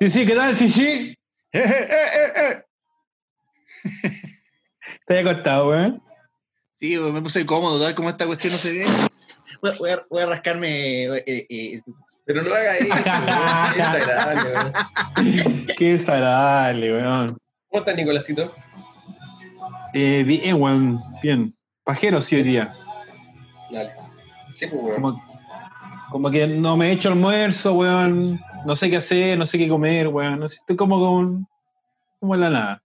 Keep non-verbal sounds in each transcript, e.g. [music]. Sí, sí, ¿qué tal, Chichi? [laughs] Eh, eh, eh, eh. Te había cortado, weón. Sí, weón, me puse cómodo, tal como esta cuestión no se ve. Voy a, voy a- voy a rascarme. eh, eh, eh. Pero no haga eso, weón. es agradable, weón. Qué desagradable, weón. ¿Cómo estás, Nicolásito? Eh, bien, weón, bien. Pajero sí hoy día. Dale. Sí, pues, weón. Como, como que no me he hecho almuerzo, weón. No sé qué hacer, no sé qué comer, weón. No sé, estoy como con. como en la nada.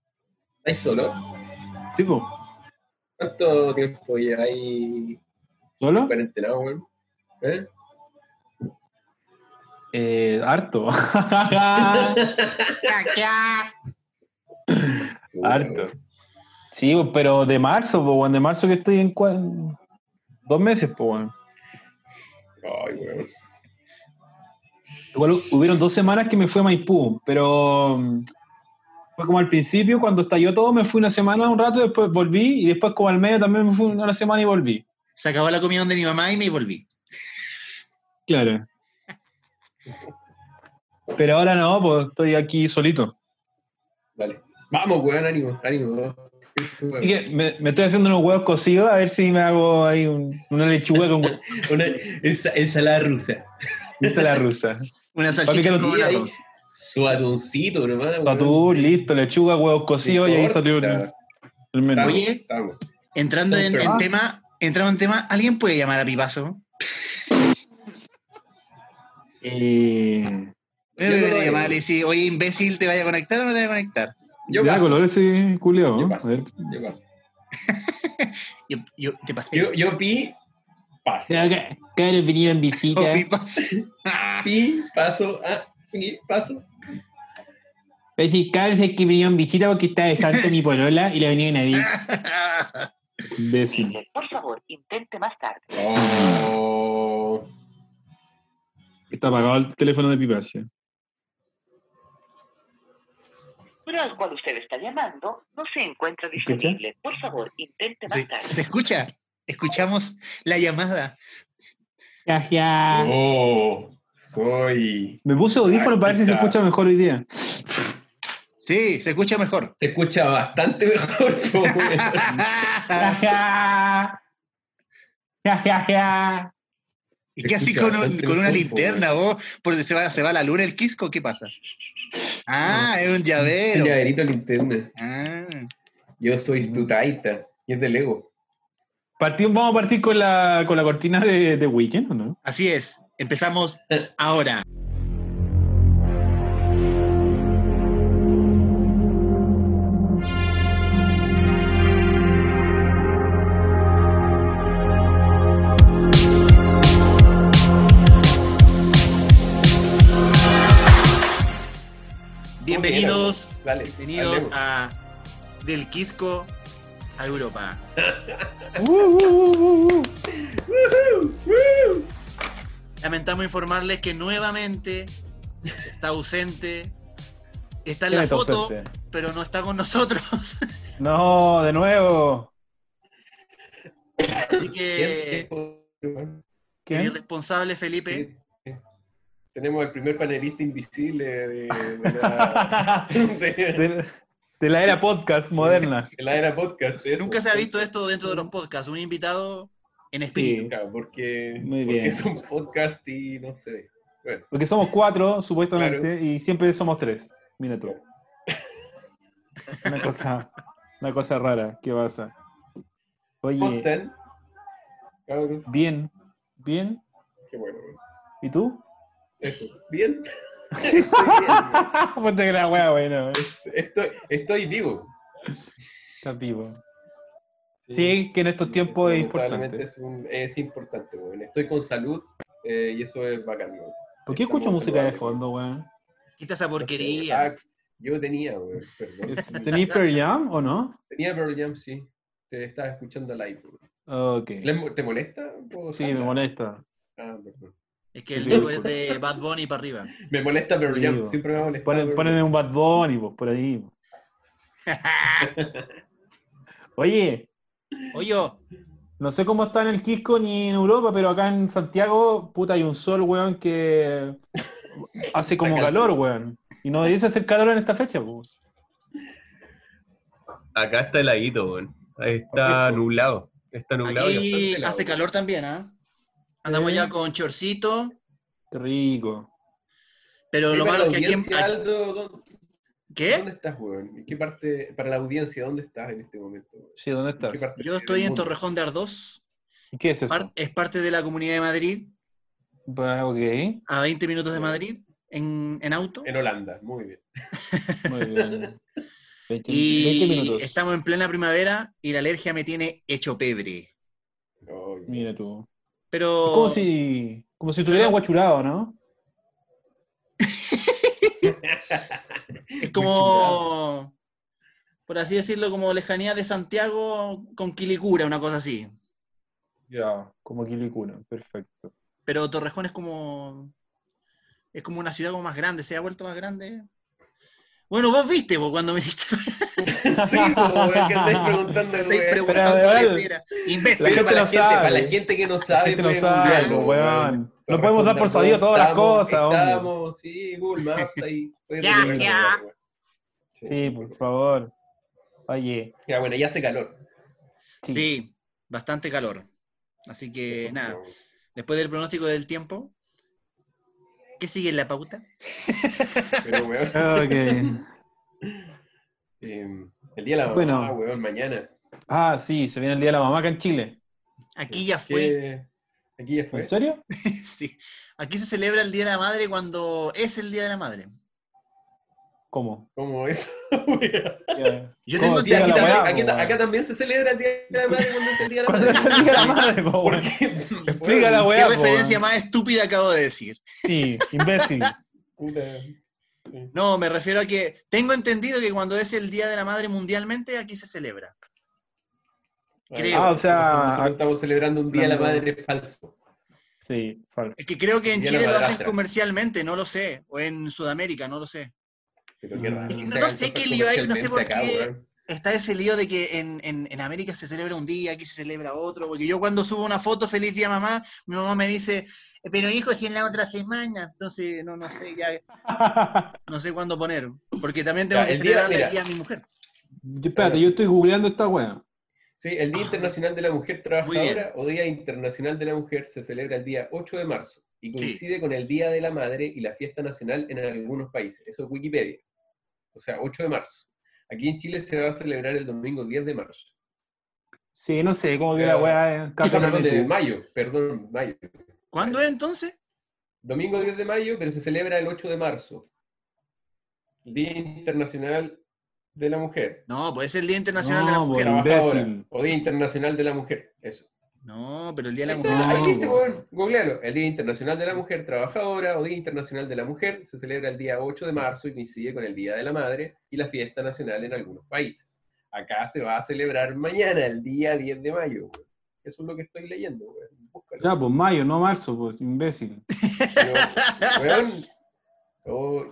¿Estáis solo? ¿Sí, po? ¿Cuánto tiempo lleváis ¿Solo? cuarentenado, weón? ¿Eh? Eh, harto. [laughs] harto. Sí, po, pero de marzo, po, weón. De marzo que estoy en cuan- Dos meses, po, weón. Ay, weón. Igual hubieron dos semanas que me fui a Maipú, pero mm, fue como al principio, cuando estalló todo, me fui una semana, un rato, después volví, y después como al medio también me fui una semana y volví. Se acabó la comida donde mi mamá y me volví. Claro. Pero ahora no, pues estoy aquí solito. Vale. Vamos, weón, ánimo, ánimo. weón. Así que me, me estoy haciendo unos huevos cocidos, a ver si me hago ahí un- una lechuga con hue- [laughs] Una ensa- ensalada rusa. Viste la rusa. Una Papi, que salchicha lo con tiene ahí. arroz. Su atuncito, hermano. Tatú, listo, lechuga, huevos cocidos, y ahí ahí salió el, el menú. Oye, Entrando en, en Ah. tema, entrando en tema, ¿alguien puede llamar a Pipazo? Eh, Yo no lo Debería hago. llamarle y decir, oye, imbécil, ¿te vaya a conectar o no te vaya a conectar? Yo ya, paso, colores sí, culiao. Yo ¿no? paso. A ver. yo paso. Yo, yo te [laughs] pasé. Yo, yo pi, paso. Claro, vinieron Oh, visitas. Pipazo. [laughs] Pi, paso, ah, pi, paso. Es decir, cada vez que vinieron visita porque estaba de santo mi polola y la venía [laughs] nadie. Imbécil. Por favor, intente más tarde. Oh. Está apagado el teléfono de Pipacia. Pero al cual usted está llamando no se encuentra ¿Escucha? disponible. Por favor, intente más ¿Se, tarde. se escucha? Escuchamos la llamada. Ah. Gracias. Oh, soy. Me puse audífono para ver si se escucha mejor hoy día. Sí, se escucha [laughs] mejor. Se escucha bastante mejor. [laughs] [laughs] po, weón. Gracias. Gracias. ¿Y Se qué así escucha con, un- bastante con una mejor, linterna vos? Porque se va, se va la luna el Quisco, ¿qué pasa? Ah, es un El llavero. llaverito linterna. Ah, Yo soy tu taita. Y es de Lego. Partimos, vamos a partir con la, con la cortina de, de Weekend, ¿o no? así es. Empezamos ahora. Bienvenidos. Dale, Bienvenidos al Lego. a Del Quisco a Europa. Uh, uh, uh, uh, uh. Lamentamos informarles que nuevamente está ausente. Está en ¿Quién la está foto, ausente? pero no está con nosotros. [laughs] No, de nuevo. Así Bien, que, bien, el ¿Quién? irresponsable Felipe. bien. Tenemos el primer panelista invisible de, de [laughs] la, de- [laughs] De, de la era podcast moderna. de la era podcast. eso. Nunca se ha visto esto dentro de los podcasts. Un invitado en espíritu. Sí. Nunca, Porque, Muy porque bien. es un podcast y no sé. Bueno, Porque somos cuatro, supuestamente, y siempre somos tres. Mira tú. Una cosa, una cosa rara, ¿qué pasa? ¿cómo Oye, están? Cabros, bien, bien, qué bueno. bueno. ¿y tú? Eso. [laughs] ¿Bien? [laughs] Estoy, bien. Ponte que la wea, bueno, eh. Estoy, estoy vivo. estás vivo. Sí, que en estos tiempos es Lamentablemente importante. Es, un- es importante, weón. Estoy con salud eh, y eso es bacán, weón. ¿Por qué escucho Estamos música de saludables. fondo, weón? Quita esa Ah, porquería. yo tenía, weón, perdón. ¿Tenís Pearl Jam o no? Tenía Pearl Jam, sí. Te estaba escuchando live. weón. Ok. ¿Le mo- ¿Te molesta? ¿Puedo Sí, dejarla? me molesta. Ah, perdón. Es que el Nico es de Bad Bunny para arriba. Me molesta Pearl Digo, Jam, siempre me ha molestado. Ponen- Pearl Poneme Jam. un Bad Bunny, pues, por [laughs] ahí. po. Oye, Oye, No sé cómo está en el Quisco ni en Europa, pero acá en Santiago, puta, hay un sol, weón, que hace como Está calor, weón. Y no dice hacer calor en esta fecha, pues. Acá está heladito, weón. Ahí está nublado. Está nublado y bastante Aquí helado. hace calor también, ¿ah? Andamos ya con chorcito, Qué rico. pero Sí, lo para malo la es que aquí... en- ¿Eh? audiencia, Aldo, ¿dó- ¿Qué? ¿Dónde estás, weón? ¿En qué parte, para la audiencia, dónde estás en este momento? weón? Sí, ¿dónde ¿En qué estás? parte Yo del estoy en mundo? Torrejón de Ardós, ¿Y ¿Qué es par- eso? es parte de la Comunidad de Madrid, Va, ok, muy a 20 minutos de Madrid, en, en auto. En Holanda, muy bien. [laughs] bien. 20, Y minutos. estamos en plena primavera y la alergia me tiene hecho pebre. Oh, bien. Mira tú. Es Pero... como si, como si tuvieran guachurado, ¿no? Es como, por así decirlo, como lejanía de Santiago con Quilicura, una cosa así. Ya, como Quilicura, perfecto. Pero Torrejón es como, es como una ciudad como más grande, se ha vuelto más grande. Bueno, vos viste vos [laughs] cuando viniste, [laughs] Sí, po, weón, que andáis preguntando, me weón. estáis preguntando pero, qué pero, La era. Pero Imbécil. gente para, no la gente, para la sabe. gente que no La sabe, pues, gente no puede sabe, googlearlo, weón. weón. No podemos dar por salido todas las Estamos- cosas, hombre. Estamos, sí, Google Maps ahí. puedes Ya, googlearlo, ya. weón. Sí, pues. por favor. Oye. Ya, bueno, ya hace calor. Sí, bastante calor. Así que Eh, nada, después del pronóstico del tiempo, ¿qué sigue en la pauta? Pero, weón, [laughs] Ok. eh, el día de la mamá, Bueno. weón, mañana. Ah, sí, se viene el Día de la Mamá acá en Chile. Aquí ya fue. ¿Qué? Aquí ya fue. ¿En serio? [laughs] Sí. Aquí se celebra el Día de la Madre cuando es el Día de la Madre. [laughs] ¿Cómo? ¿Cómo [laughs] eso? weón? [laughs] Ya. Yo ¿Cómo se tengo Sí, aquí, la también, weá, pues, aquí ta- weón. acá también se celebra el Día de la Madre cuando es el Día de la ¿Cuándo Madre. es el Día de [laughs] la [laughs] Madre, po, ¿Por weón? qué? Explica la ¿Qué weá, po, referencia weón. más estúpida acabo de decir? Sí, imbécil. Puta. No, me refiero a que tengo entendido que cuando es el Día de la Madre mundialmente, aquí se celebra. Creo. Ah, o sea, Nosotros estamos celebrando un Día de la celebrando- Madre falso. Sí, falso. Es que creo que en Día de la Chile lo hacen madrastra. comercialmente, no lo sé. O en Sudamérica, no lo sé. Pero qué raro. No, que no hagan sé cosas qué lío hay, no sé por comercialmente qué. acá, weón. Está ese lío de que en, en- en América se celebra un día, aquí se celebra otro. Porque yo cuando subo una foto, feliz día mamá, mi mamá me dice, "Eh, pero hijo, si en la otra semana. Entonces, no, no sé, ya, [laughs] no sé cuándo poner. Porque también tengo Ya, que el día- celebrarle mira. aquí a mi mujer. Yo- espérate, yo estoy googleando esta weá. Sí, el Día Internacional de la Mujer Trabajadora bien. o Día Internacional de la Mujer se celebra el día 8 de marzo y coincide con el Día de la Madre y la fiesta nacional en algunos países. Eso es Wikipedia. O sea, 8 de marzo. Aquí en Chile se va a celebrar el domingo 10 de marzo. Sí, no sé, como que la [laughs] weá es Perdón, de capitalista. mayo, perdón, mayo. ¿Cuándo es entonces? Domingo 10 de mayo, pero se celebra el 8 de marzo. El Día Internacional de la Mujer. No, pues es el Día Internacional No, de la Mujer. bueno. Trabajadora. Imbécil. O Día Internacional de la Mujer. Eso. No, pero el Día de la Ahí Mujer. está, No, Ahí dice, pues. weón, googlealo. El Día Internacional de la Mujer Trabajadora o Día Internacional de la Mujer se celebra el día 8 de marzo y coincide con el Día de la Madre y la fiesta nacional en algunos países. Acá se va a celebrar mañana, el día 10 de mayo. weón. Eso es lo que estoy leyendo, weón. Búscalo. Ya, pues mayo, no marzo, pues, imbécil. Pero, weón, oh,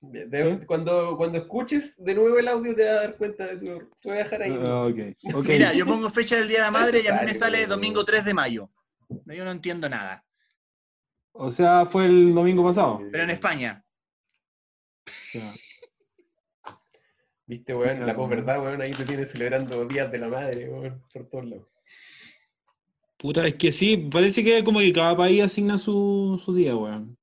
de- de- cuando, cuando escuches de nuevo el audio te vas a dar cuenta de tu error. Te voy a dejar ahí. Ah, ok, ok. Mira, yo pongo fecha del Día de la Madre y a mí me Necesario, sale weón. domingo 3 de mayo. No, Yo no entiendo nada. O sea, fue el domingo Eh, pasado. Pero en España. Ya. Viste, weón, la Mira tú, posverdad, weón, ahí te tienes celebrando días de la madre, weón, por todos lados. Puta, es que sí, parece que como que cada país asigna su, su día, weón.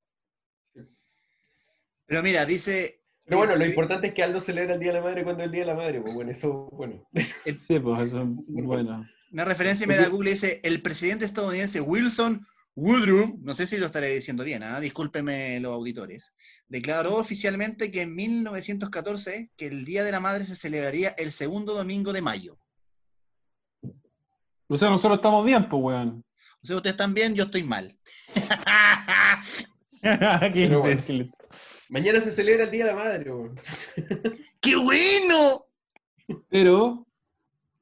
Pero mira, dice. Pero bueno, lo Sí. importante es que Aldo celebra el Día de la Madre cuando es el Día de la Madre. Pues bueno, eso, bueno. Sí, pues eso es bueno. Una referencia Este, y me da Google y dice: el presidente estadounidense Wilson Woodrow, no sé si lo estaré diciendo bien, ¿ah? discúlpeme los auditores, declaró oficialmente que en 1914 que el Día de la Madre se celebraría el segundo domingo de mayo. O sea, nosotros estamos bien, pues, weón. O sea, ustedes están bien, yo estoy mal. Qué Pero bueno. imbécil. Mañana se celebra el Día de la Madre, weón. ¡Qué bueno! [laughs] Pero,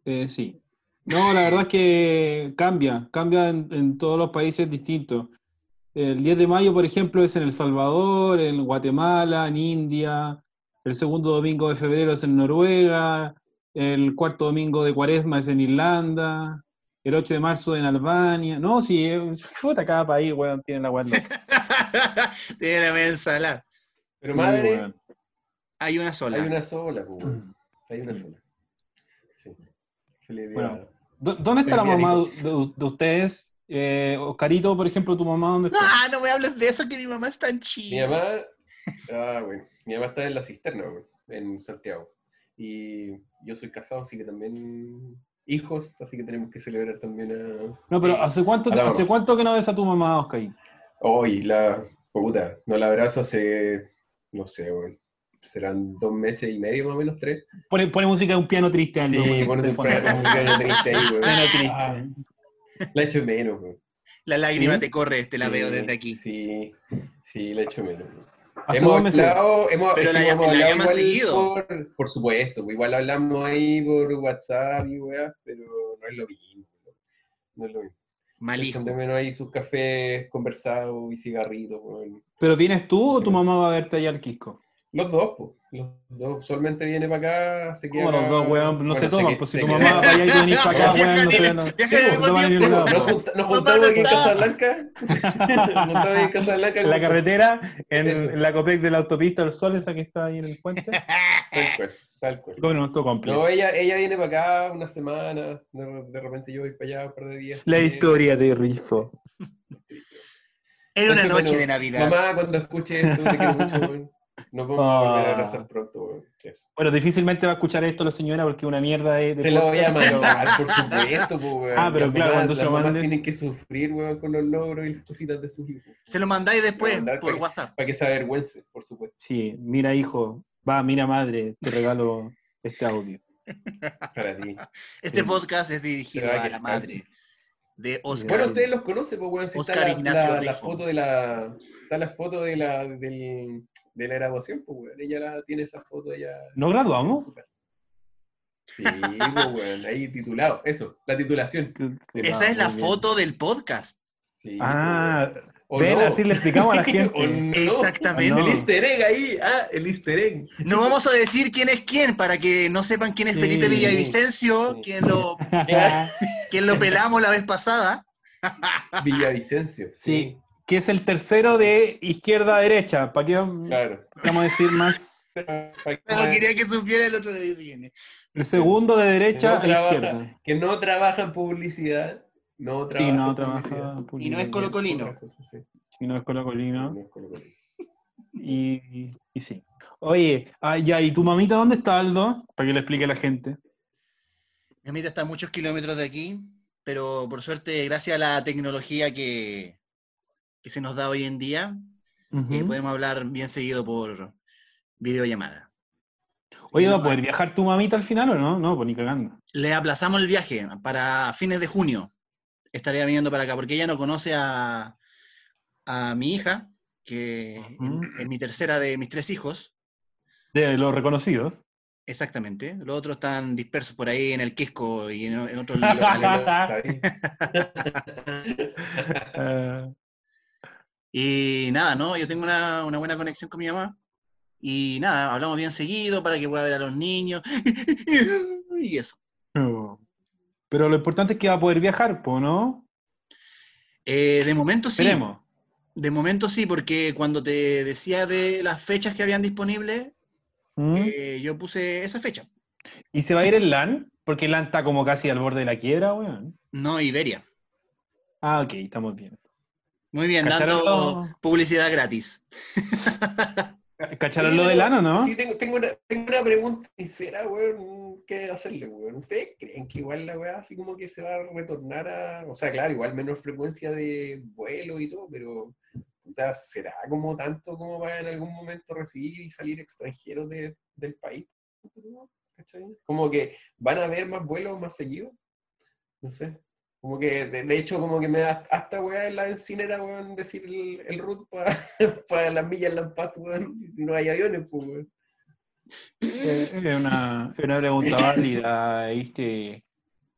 eh, sí. No, la verdad es que cambia, cambia en, en todos los países distintos. El 10 de mayo, por ejemplo, es en El Salvador, en Guatemala, en India. El segundo domingo de febrero es en Noruega. El cuarto domingo de cuaresma es en Irlanda. El 8 de marzo en Albania. No, sí, es- puta, cada país, weón, tiene la guarda. Tiene la ensalada. Pero madre, Hay una sola. Hay una sola, pues, weón. Hay una Sí. sola. Sí. Feliz día. Bueno. ¿Dó- ¿Dónde está la Bien, mamá de, de ustedes? Eh, Oscarito, por ejemplo, tu mamá, ¿dónde No, está? ah, no me hables de eso, que mi mamá es tan Mi chida. mamá, ah, bueno, mi mamá está en la cisterna, weón, en Santiago. Y yo soy casado, así que también hijos, así que tenemos que celebrar también a... No, pero ¿hace cuánto, A la ¿hace mamá. cuánto que no ves a tu mamá, Oscarito? Hoy, la puta, no la abrazo hace, no sé, weón, serán dos meses y medio más o menos, tres. Pone, pone música de un piano triste. algo, Sí, güey, ponete de un fondo. freno, un gallo triste ahí, weón. Piano triste. Ah, La echo de menos, weón. La lágrima ¿Sí? te corre, te la veo ¿Mm? Sí, desde aquí. Sí, sí, la echo de menos, weón. Hace dos hemos meses. hablado, hemos, Pero sí, la- hemos la hablado llama igual seguido. Por, por supuesto, pues, igual hablamos ahí por WhatsApp y weá, pero no es lo mismo. No es lo mismo. Mal hijo. Echan de menos ahí sus cafés conversados y cigarritos, weón. ¿Pero vienes tú o tu mamá va a verte allá al Quisco? Los dos, pues. Los dos. Solamente viene para acá, se queda. Como los acá. dos, weón, no Bueno, se toman. Pues se si tu queda- [laughs] mamá vaya y tú venís para pues. acá, Viajan weón, no en- se no- viajan Sí, al no mismo van a ningún tiempo. lado, Nos, po. junta- nos Mamá, juntamos aquí en ¿dónde está? [laughs] Casablanca. [laughs] nos juntamos aquí en Casablanca. En la como- carretera, en, Eso. en la Copec de la autopista del Sol, esa que está ahí en el [laughs] puente. Tal cual, tal cual. Se comen un toco completo. No, ella, ella viene para acá una semana, de, de repente yo voy para allá un par de días. La Eh, historia de Rico. Era una Entonces, noche bueno, de Navidad. Mamá, cuando escuche esto, te quiero mucho, weón. Nos vamos a Ah. volver a abrazar pronto, weón. Eso. Bueno, difícilmente va a escuchar esto la señora porque es una mierda de. de Se lo voy a podcast, pero- mandar, por supuesto, po, weón. Ah, pero Las claro, mamás- cuando se las lo mamás mandes- tienen que sufrir, weón, con los logros y las cositas de sus hijos. Se lo mandáis después Mandar por pa- WhatsApp. Para que se avergüence, por supuesto. [laughs] Sí, mira, hijo. Va, mira, madre, te regalo este audio. Para [laughs] ti. Este Sí. podcast es dirigido Se va a a la quejar. madre de Oscar. Bueno, ustedes los conocen, pues, weón. Si Oscar está la, Ignacio la- la Rifo. foto de la. Está la foto de la, del- de la graduación, pues, weón. Ella la, tiene esa foto, ella. ¿Nos graduamos? Sí, pues, weón, ahí titulado, eso, la titulación. Esa es la Muy bien. foto del podcast. Sí, Ah, pues, weón. ¿O ven, no? así le explicamos a la [laughs] ¿O gente. no? Exactamente. No. El easter egg ahí, ah, el easter egg. No vamos a decir quién es quién para que no sepan quién es Sí. Felipe Villavicencio, Sí. quien lo, quien lo pelamos la vez pasada. [laughs] Villavicencio. Sí. que es el tercero de izquierda a derecha. ¿Para qué vamos Claro. a decir [laughs] más? No quería que supiera el otro le dice quién es. El segundo de derecha No a trabaja. izquierda. Que no trabaja en publicidad. No trabaja Sí, no en trabaja. publicidad. Y no es colocolino. Sí, Y no es colocolino. no es [laughs] colocolino. Y, y sí. Oye, ah, ya, ¿y tu mamita dónde está, Aldo? Para que le explique a la gente. Mi mamita está a muchos kilómetros de aquí, pero por suerte, gracias a la tecnología que, que se nos da hoy en día, eh, Ujú. podemos hablar bien seguido por videollamada. Oye, Sí, ¿va no, a poder viajar tu mamita al final o no? No, pues ni cagando. Le aplazamos el viaje para fines de junio. Estaría viniendo para acá, porque ella no conoce a, a mi hija, que Ujú. es mi tercera de mis tres hijos, Mm. De los reconocidos. exactamente. Los otros están dispersos por ahí en el Quisco y en, en [laughs] otros Colocolino, locales. está bien. Eh, Y nada, ¿no? Yo tengo una, una buena conexión con mi mamá. Y nada, hablamos bien seguido para que pueda ver a los niños. [laughs] Y eso. no. Pero lo importante es que va a poder viajar, po, ¿no? Eh, de momento sí. Esperemos. De momento sí, porque cuando te decía de las fechas que habían disponibles, ¿Mm? eh, yo puse esa fecha. ¿Y se va a ir el LAN? Porque el LAN está como casi al borde de la quiebra, weón. No, Iberia. Ah, ok, estamos bien. Muy bien, dando ¿Cacharon lo- publicidad gratis. ¿Cacharon lo del LAN o no? Sí, tengo, tengo, una, tengo una pregunta sincera, weón, que hacerle, weón. ¿Ustedes creen que igual la weá así como que se va a retornar a... O sea, claro, igual menor frecuencia de vuelo y todo, pero puta, ¿será como tanto como para en algún momento recibir y salir extranjeros de- del país? ¿Cachai? Como que van a haber más vuelos más seguidos. No sé. Como que, de, de hecho, como que me da hasta weá en la encinera, weón, decir el, el root [laughs] para las millas Lampas, weón, si, si no hay aviones, pues, weón. Eh, Es una, es una [laughs] pregunta válida, ¿viste?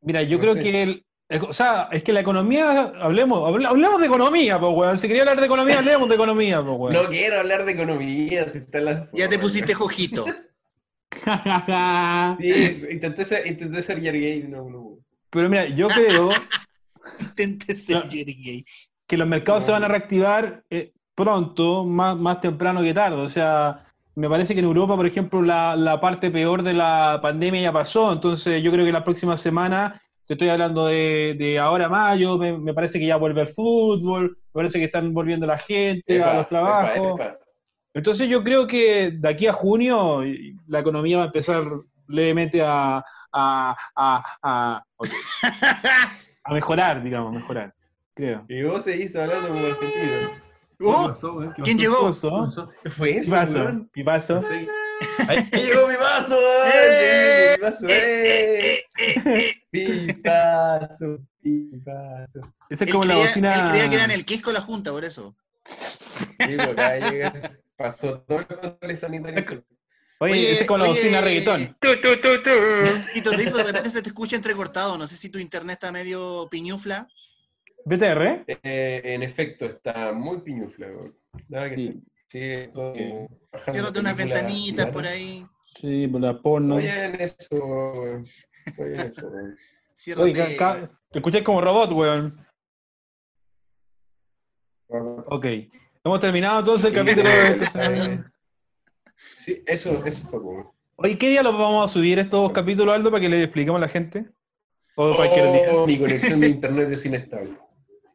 Mira, yo No creo sé. que el- eh, o sea, es que la economía, hablemos, hable- hablemos de economía, pues, weón. Si quería hablar de economía, hablemos de economía, pues, weón. No quiero hablar de economía, si está la... Ya te pusiste jojito. Sí, intenté ser, intenté ser yerguey, no, no, weón. Pero mira, yo [laughs] creo Intenté ser No. Jerry Gay. que los mercados se van a reactivar eh, pronto, más, más temprano que tarde. O sea, me parece que en Europa, por ejemplo, la, la parte peor de la pandemia ya pasó, entonces yo creo que la próxima semana, te estoy hablando de, de ahora mayo, me, me parece que ya vuelve el fútbol, me parece que están volviendo la gente Epa, a los trabajos. epa, epa. Entonces yo creo que de aquí a junio la economía va a empezar levemente a, a, a- a- [laughs] ok, a mejorar, digamos, mejorar, creo. Y vos seguís hablando como argentino. ¿Qué ¡Oh! pasó, weón? ¿Qué ¿Quién pasó? ¿Qué llegó? ¿Qué pasó? pasó? ¿Qué fue ¿Qué eso, pasó? weón? ¿Qué pasó? No [laughs] sé. Ahí ¡Llegó mi vaso! ¡Eh! ¡Llegó mi vaso! ¡Eh! ¡Pipazo! ¡Pipazo! Esa es Él como la creía, él bocina. creía que eran el Quisco de la Junta, por eso. Sí, por acá llega- Pasó todo el control sanitario. Oye, Oye, esa es como la oye. bocina reggaetón. Y tu de repente se te escucha entrecortado. No sé si tu internet está medio piñufla. BTR, Eh, en efecto, está muy piñufla. weón. Nada que Sí. sí, todo- bajando Ciérrate unas películas ventanitas piratas. por ahí. Sí, por la porno. Estoy Oye, en eso, weón. Estoy en eso, weón. ca- Ciérrate. ca- te escuché como robot, weón. Ok. Hemos terminado entonces el capítulo de este- esta [laughs] semana. Sí, eso, eso fue como. Oye, ¿qué día los vamos a subir estos capítulos, Aldo, para que le expliquemos a la gente? O cualquier día. Oh, Mi conexión de internet es inestable.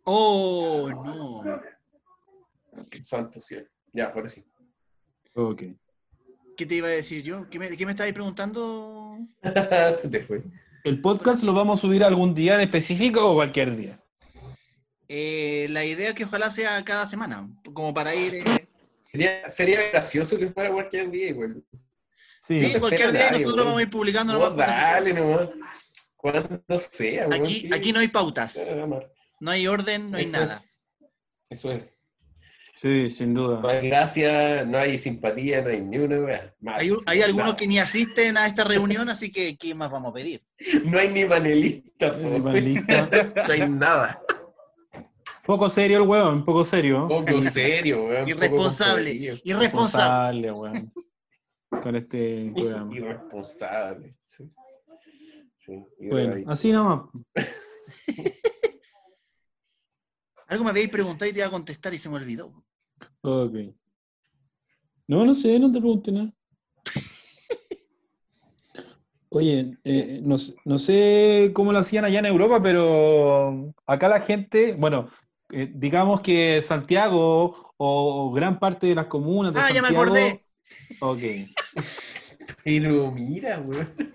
Oh, no. Santo cielo. Ya, ahora sí. Ok. ¿Qué te iba a decir yo? ¿Qué me, qué me estabais preguntando? [laughs] Se te fue. ¿El podcast lo vamos a subir algún día en específico o cualquier día? Eh, la idea es que ojalá sea cada semana, como para ir. eh, Sería, sería gracioso que fuera cualquier día, igual. sí, espera eh, cualquier día nadie, nosotros güey. vamos a ir publicando No, nomás cuando sea. Oh, dale nomás. Cuando sea, weón, Aquí, sí. aquí no hay pautas, no hay orden, no hay Eso. nada. Eso es. Sí, sin No duda. hay gracia, no hay simpatía, no hay ni una weá. Mal. Hay, hay algunos Nada. que ni asisten a esta reunión, así que ¿qué más vamos a pedir? No hay ni panelista, po. No hay nada. Poco serio el weón, poco [laughs] serio. Poco serio, weón. poco Irresponsable, serio. irresponsable. weón. Con este programa. Irresponsable. Sí. Sí, Bueno, así nomás. Algo me habéis preguntado y te iba a contestar y se me olvidó. Ok. No, no sé, no te pregunté nada. [laughs] Oye, eh, no, s- no sé cómo lo hacían allá en Europa, pero acá la gente, bueno, eh, digamos que Santiago o, o gran parte de las comunas de Ah, ya me Santiago- acordé. Ok. Pero mira, weón.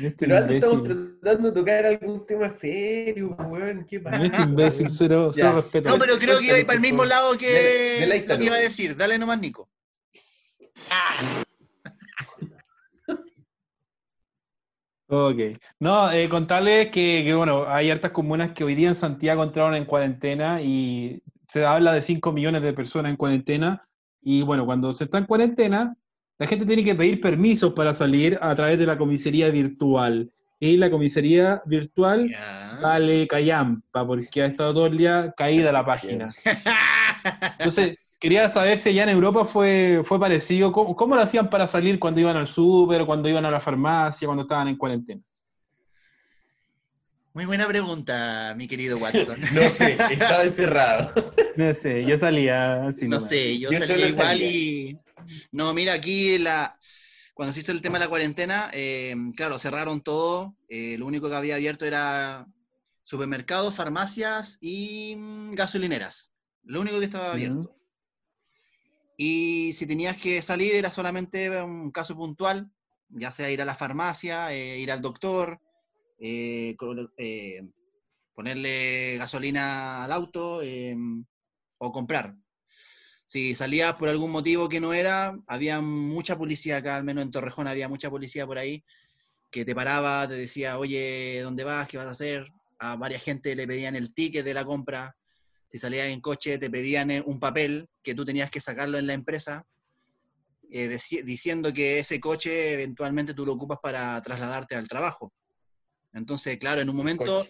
Este Pero antes estamos imbécil, tratando de tocar algún tema serio, weón. ¿Qué pasa? este imbécil, cero, Ya. cero respeto. No, pero creo que iba a ir para el mismo lado Dele- que deleítalo. lo que iba a decir. Dale nomás, Nico. Ok. No, eh, contarles que, que, bueno, hay hartas comunas que hoy día en Santiago entraron en cuarentena y se habla de 5 millones de personas en cuarentena. Y bueno, cuando se está en cuarentena, la gente tiene que pedir permisos para salir a través de la comisaría virtual. Y la comisaría virtual Ya. vale callampa, porque ha estado todo el día caída la página. Entonces, quería saber si allá en Europa fue, fue parecido. ¿Cómo, cómo lo hacían para salir cuando iban al súper, cuando iban a la farmacia, cuando estaban en cuarentena? Muy buena pregunta, mi querido Watson. No sé, estaba [laughs] encerrado. No sé, yo salía así. No nomás. sé, yo, Yo salí solo igual salía. y. No, mira, aquí la... cuando se hizo el tema de la cuarentena, eh, claro, cerraron todo. eh, lo único que había abierto era supermercados, farmacias y mm, gasolineras. Lo único que estaba abierto. Ujú. Y si tenías que salir era solamente un caso puntual, ya sea ir a la farmacia, eh, ir al doctor, eh, col- eh, ponerle gasolina al auto eh, o comprar. Si salías por algún motivo que no era, había mucha policía acá, al menos en Torrejón había mucha policía por ahí, que te paraba, te decía, oye, ¿dónde vas? ¿Qué vas a hacer? A varias gente le pedían el ticket de la compra, si salías en coche te pedían eh, un papel que tú tenías que sacarlo en la empresa, eh, deci- diciendo que ese coche eventualmente tú lo ocupas para trasladarte al trabajo. Entonces, claro, en un momento,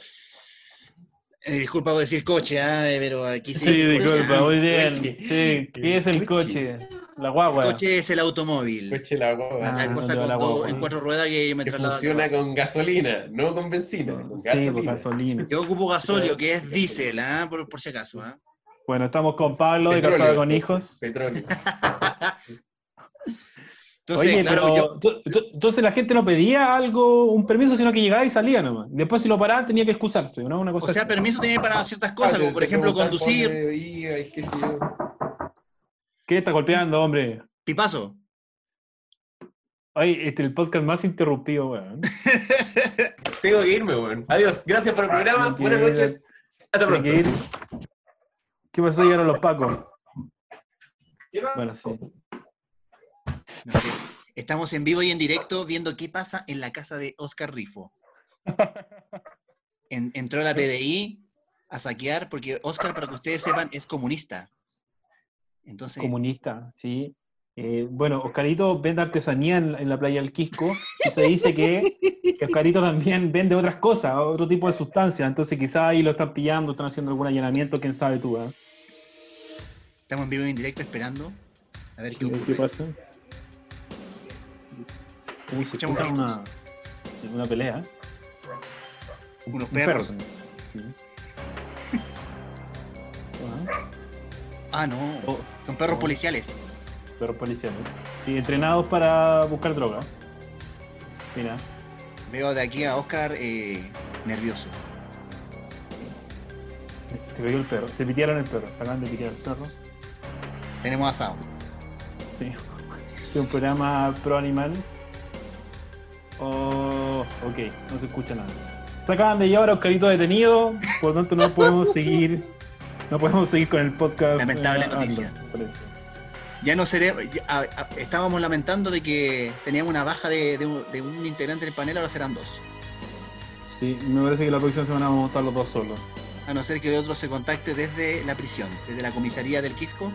eh, disculpa por decir coche, ah, eh, pero aquí sí. Sí, coche, disculpa, ah. muy bien. Coche. Sí, ¿qué es el coche? La El guagua. coche es el automóvil. Coche la guagua. Ah, la cosa no, con la dos- guagua. en cuatro ruedas que me que traslada. funciona con gasolina, no con benzina. Con Sí, por gasolina. gasolina. Yo ocupo gasolio, que es diésel, ah, por, por si acaso. ah. Bueno, estamos con Pablo, de Petróleo, casado con entonces, hijos. Petróleo. Entonces, Oye, claro, pero yo, tú- tú- entonces la gente no pedía algo, un permiso, sino que llegaba y salía nomás. Después si lo paraban tenía que excusarse, ¿no? Una o cosa sea, así. permiso tenía para ciertas cosas, como por ejemplo conducir, ¿Qué está golpeando, hombre? pipazo. Ay, este el podcast más interrumpido, [laughs] weón. Tengo que irme, weón. Adiós. Gracias por el programa. Tranquilo. Buenas noches. Hasta Tiene pronto. que ir. ¿Qué pasó? Llegaron los pacos. Bueno, sí. No sé. Estamos en vivo y en directo viendo qué pasa en la casa de Oscar Rifo. En- entró la PDI a saquear porque Oscar, para que ustedes sepan, es comunista. Entonces, Comunista, sí. Eh, bueno, Oscarito vende artesanía en, en la playa del Quisco y se dice que, que Oscarito también vende otras cosas, otro tipo de sustancias. Entonces quizá ahí lo están pillando, están haciendo algún allanamiento, quién sabe tú, ¿eh? estamos en vivo y en directo esperando a ver qué ¿Qué, ocurre. pasa? Uy, se Escuchamos escucha una, gritos. una pelea. ¿eh? Unos Un perro. perros. Sí. [laughs] Ajá. Ah, no. Oh, Son perros oh. policiales. perros policiales. Sí, entrenados para buscar droga. Mira. Veo de aquí a Oscar eh, nervioso. Se cayó el perro, se pitearon el perro, acaban de pitear el perro. Tenemos asado. Sí. Este es un programa pro animal. Oh, ok, no se escucha nada. Se acaban de llevar a Oscarito detenido, por lo tanto no [laughs] podemos seguir. No podemos seguir con el podcast. Lamentable noticia. ando, parece. Ya no seremos. ya- a- a- estábamos lamentando de que teníamos una baja de, de un, de un integrante del panel, ahora serán dos. Sí, me parece que la próxima semana vamos a estar los dos solos. A no ser que otro se contacte desde la prisión, desde la comisaría del Quisco.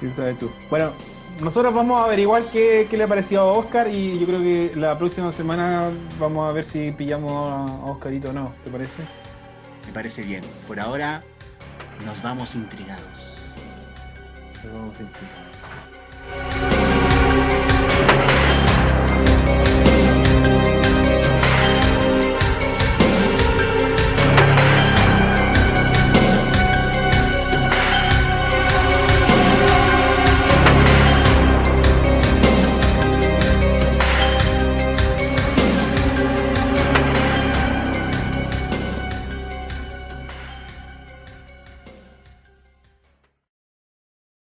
¿Quién sabe tú? Bueno, nosotros vamos a averiguar qué, qué le ha parecido a Oscar y yo creo que la próxima semana vamos a ver si pillamos a Oscarito o no, ¿te parece? Me parece bien. Por ahora nos vamos intrigados. Nos vamos a ir.